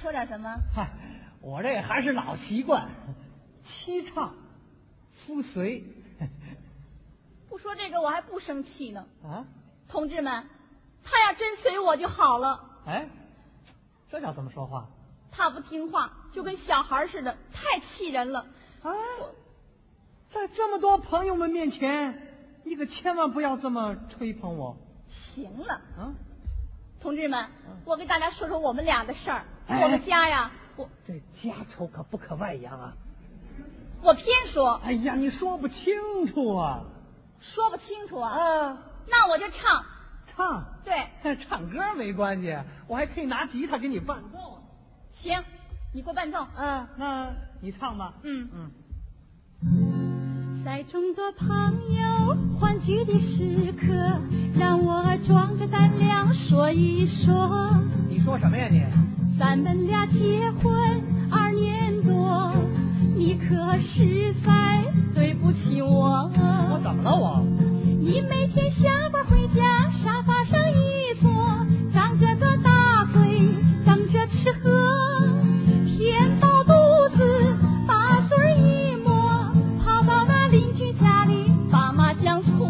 说点什么？嗨，我这还是老习惯，七唱夫随不说这个我还不生气呢。啊！同志们，他要真随我就好了，哎，这叫怎么说话？他不听话就跟小孩似的，太气人了。哎，在这么多朋友们面前，你可千万不要这么吹捧我行了，啊！同志们嗯，我给大家说说我们俩的事儿。哎我们家呀，我这家丑可不可外扬啊！我偏说哎呀，你说不清楚啊！说不清楚啊，啊，那我就唱。唱， 对，唱歌没关系，我还可以拿吉他给你伴奏啊。行，你给我伴奏。嗯，那你唱吧。嗯，嗯，在众多朋友欢聚的时刻，让我壮着胆量说一说，你说什么呀你？咱们俩结婚二年多，你可实在对不起我。我怎么了我？你每天下班回家，沙发上一坐，张着个大嘴等着吃喝，填饱肚子，把嘴儿一摸，跑到那邻居家里把麻将搓。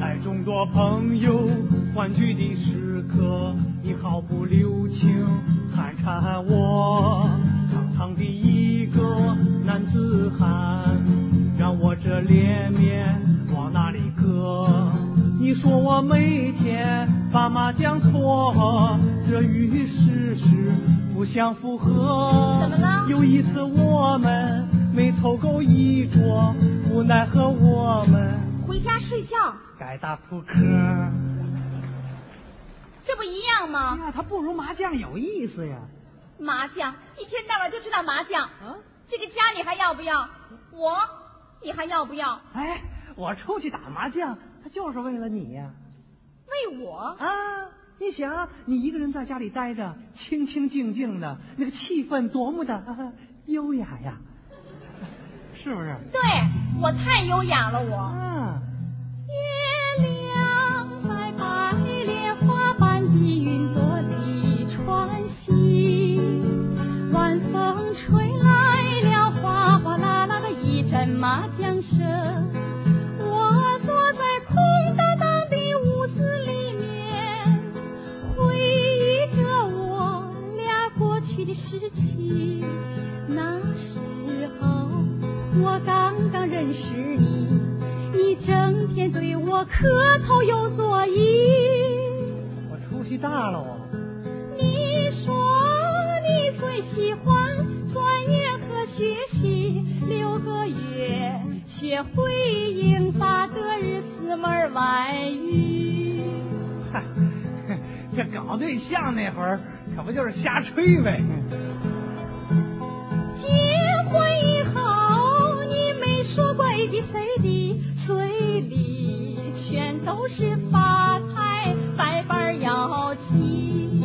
在众多朋友欢聚的时刻，你毫不留情看看我，堂堂的一个男子汉，让我这脸面往哪里搁？你说我每天把麻将搓，这与事实不相符合。怎么了有一次我们没凑够一桌，无奈何我们。回家睡觉，改打扑克。哎这不一样吗？呀，它不如麻将有意思呀。麻将一天到晚就知道麻将，啊，这个家你还要不要？我，你还要不要？哎，我出去打麻将，它就是为了你呀。为我，啊，你想，你一个人在家里待着，清清静静的，那个气氛多么的、啊优雅呀，是不是？对我太优雅了，我。啊，月亮在白莲花般的云朵里穿行，晚风吹来了哗哗啦啦的一阵麻将声。我坐在空荡荡的屋子里面，回忆着我俩过去的事情。那时候我刚刚认识你，你整天对我磕头又作揖。我出息大了我。你说你最喜欢钻研和学习，六个月学会英法德日四门外语。嗨，这搞对象那会儿可不就是瞎吹呗？ 结婚以后，你没说过 A B C D，嘴里全都是发财、白板摇旗。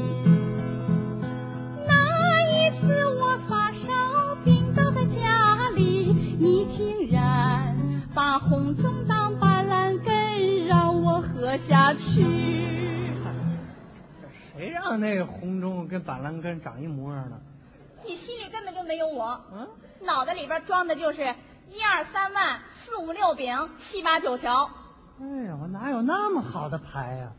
那一次我发烧病倒在家里，你竟然把红中当板蓝根让我喝下去。谁让那红中跟板蓝根长一模样呢？你心里根本就没有我，嗯，脑袋里边装的就是一二三万四五六饼七八九条。哎呀，我哪有那么好的牌啊呀、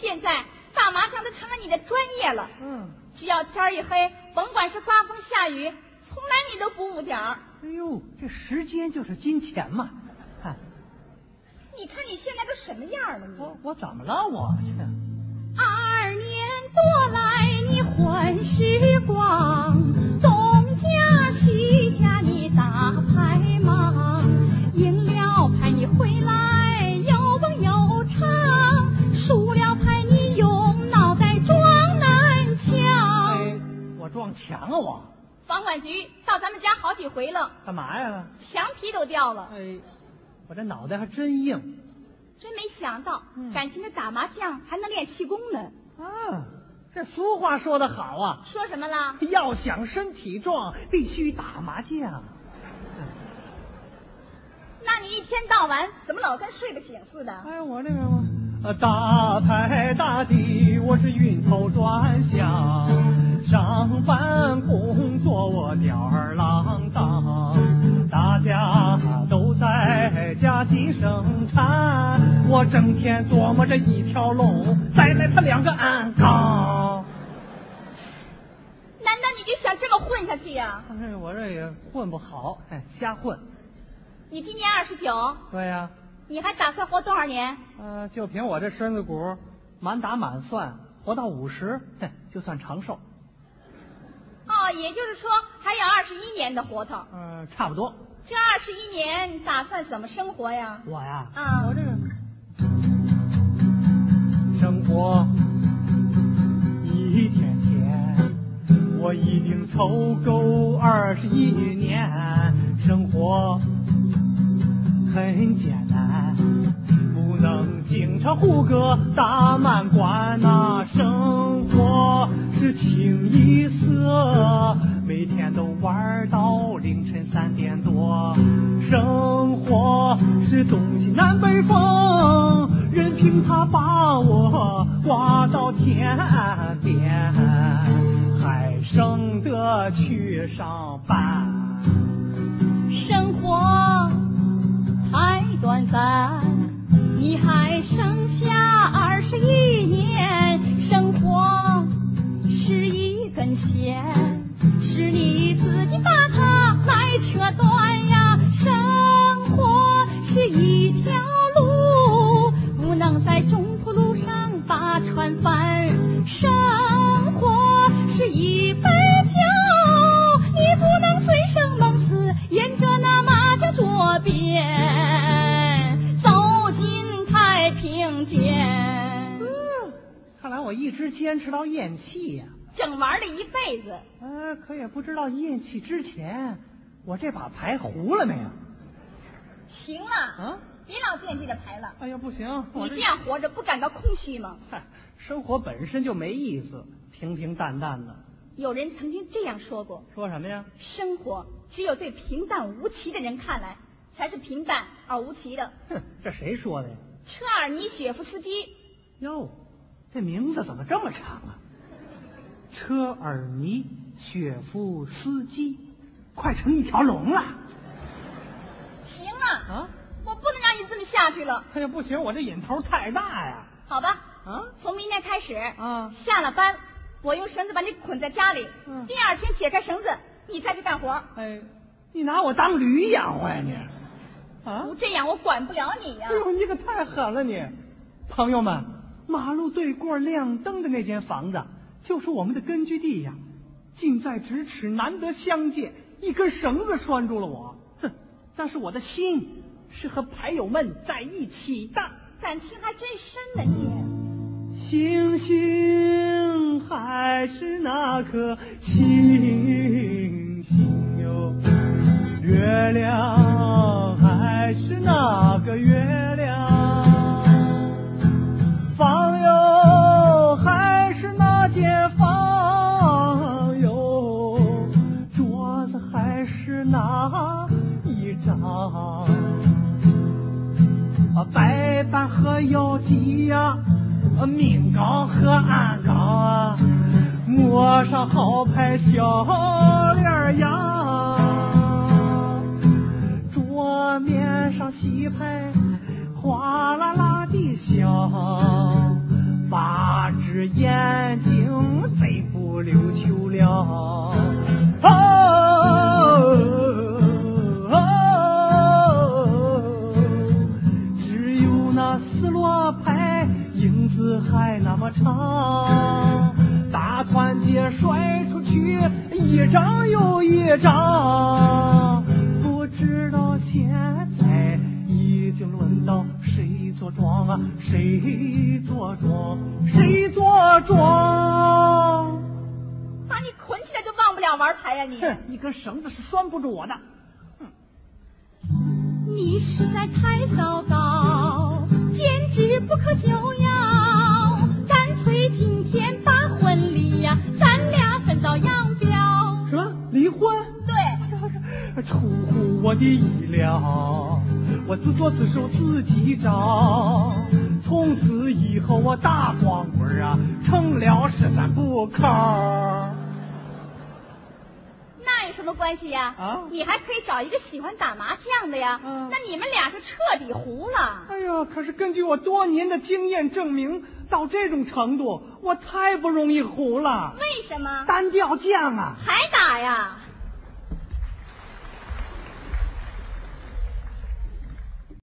现在打麻将都成了你的专业了，嗯，只要天儿一黑，甭管是刮风下雨，从来你都不误点儿。哎呦，这时间就是金钱嘛！哎，你看你现在都什么样了我你？我怎么了我？二年多来你混时光，东家西家你打牌忙，赢了牌你回来又蹦又唱，输了牌你用脑袋撞南墙。哎，我撞墙啊我！房管局到咱们家好几回了，干嘛呀？墙皮都掉了，哎，我这脑袋还真硬真没想到嗯，感情这打麻将还能练气功呢。啊！这俗话说得好啊，说什么啦？要想身体壮，必须打麻将。那你一天到晚怎么老跟睡不醒似的？哎，我这个我呃，大牌大的我是晕头转向，上班工作我吊儿郎当，大家都在加急生产，我整天琢磨着一条龙，再来他两个鞍钢。难道你就想这么混下去呀、哎，我这也混不好，哎，瞎混。你今年二十九，对呀、你还打算活多少年？呃，就凭我这身子骨，满打满算活到五十，哼，就算长寿。哦，也就是说还有二十一年的活头。呃，差不多。这二十一年你打算怎么生活呀？我呀，嗯我这生活一天天，我已经凑够二十一年，生活很简单，不能警察胡歌大满贯呐、生活是清一色，每天都玩到凌晨三点多，生活是东西南北风，任凭它把我刮到天边，还省得去上班。生活太短暂，你还剩下二十一年。生活是一根弦，是你自己把它来扯断呀。生活是一条路，不能在中途路上把船翻。生活是一杯酒，你不能醉生梦死，沿着那马家左边走进太平间。嗯看来我一直坚持到咽气呀、整玩了一辈子，呃，可也不知道咽气之前，我这把牌糊了没有？行了，啊？别老惦记着牌了。哎呀，不行，我你这样活着不感到空虚吗？嗨生活本身就没意思，平平淡淡的。有人曾经这样说过：说什么呀？生活只有对平淡无奇的人看来才是平淡而无奇的。哼，这谁说的呀？车尔尼雪夫斯基，哟，这名字怎么这么长啊？车尔尼雪夫斯基，快成一条龙了行了，啊！我不能让你这么下去了，哎呀，不行，我这瘾头太大呀！好吧？啊从明天开始，啊，下了班，我用绳子把你捆在家里，嗯第二天解开绳子，你再去干活。哎，你拿我当驴养活呀你？啊？不这样，我管不了你呀、哎呦，你可太狠了你！朋友们，马路对过亮灯的那间房子，就是我们的根据地呀，近在咫尺，难得相见。一根绳子拴住了我，哼！但是我的心是和牌友们在一起的。感情还真深呢你。星星还是那颗星星哟，月亮还是那个月亮，房哟还是那间房哟，桌子还是那一张。啊，白板和腰肌呀，啊，敏钢和鞍钢啊，抹上好牌小脸呀，桌面上洗牌哗啦啦地响，八只眼睛贼不溜秋了。哦只有那四罗牌影子还那么长，大团结甩出去一张又一张，不知道现在已经轮到谁做庄啊，谁做庄，谁做庄。把你捆起来就忘不了玩牌呀、你。哼，一根绳子是拴不住我的。你实在太糟糕，简直不可救药。干脆今天把婚礼呀、咱俩分道扬镳。什么？离婚？对，出乎我的意料，我自作自受自己找，从此我大光棍啊，成了十三不扣儿那有什么关系呀？啊你还可以找一个喜欢打麻将的呀。嗯那你们俩是彻底糊了。哎呀，可是根据我多年的经验证明，到这种程度，我太不容易糊了。为什么？单调酱啊，还打呀？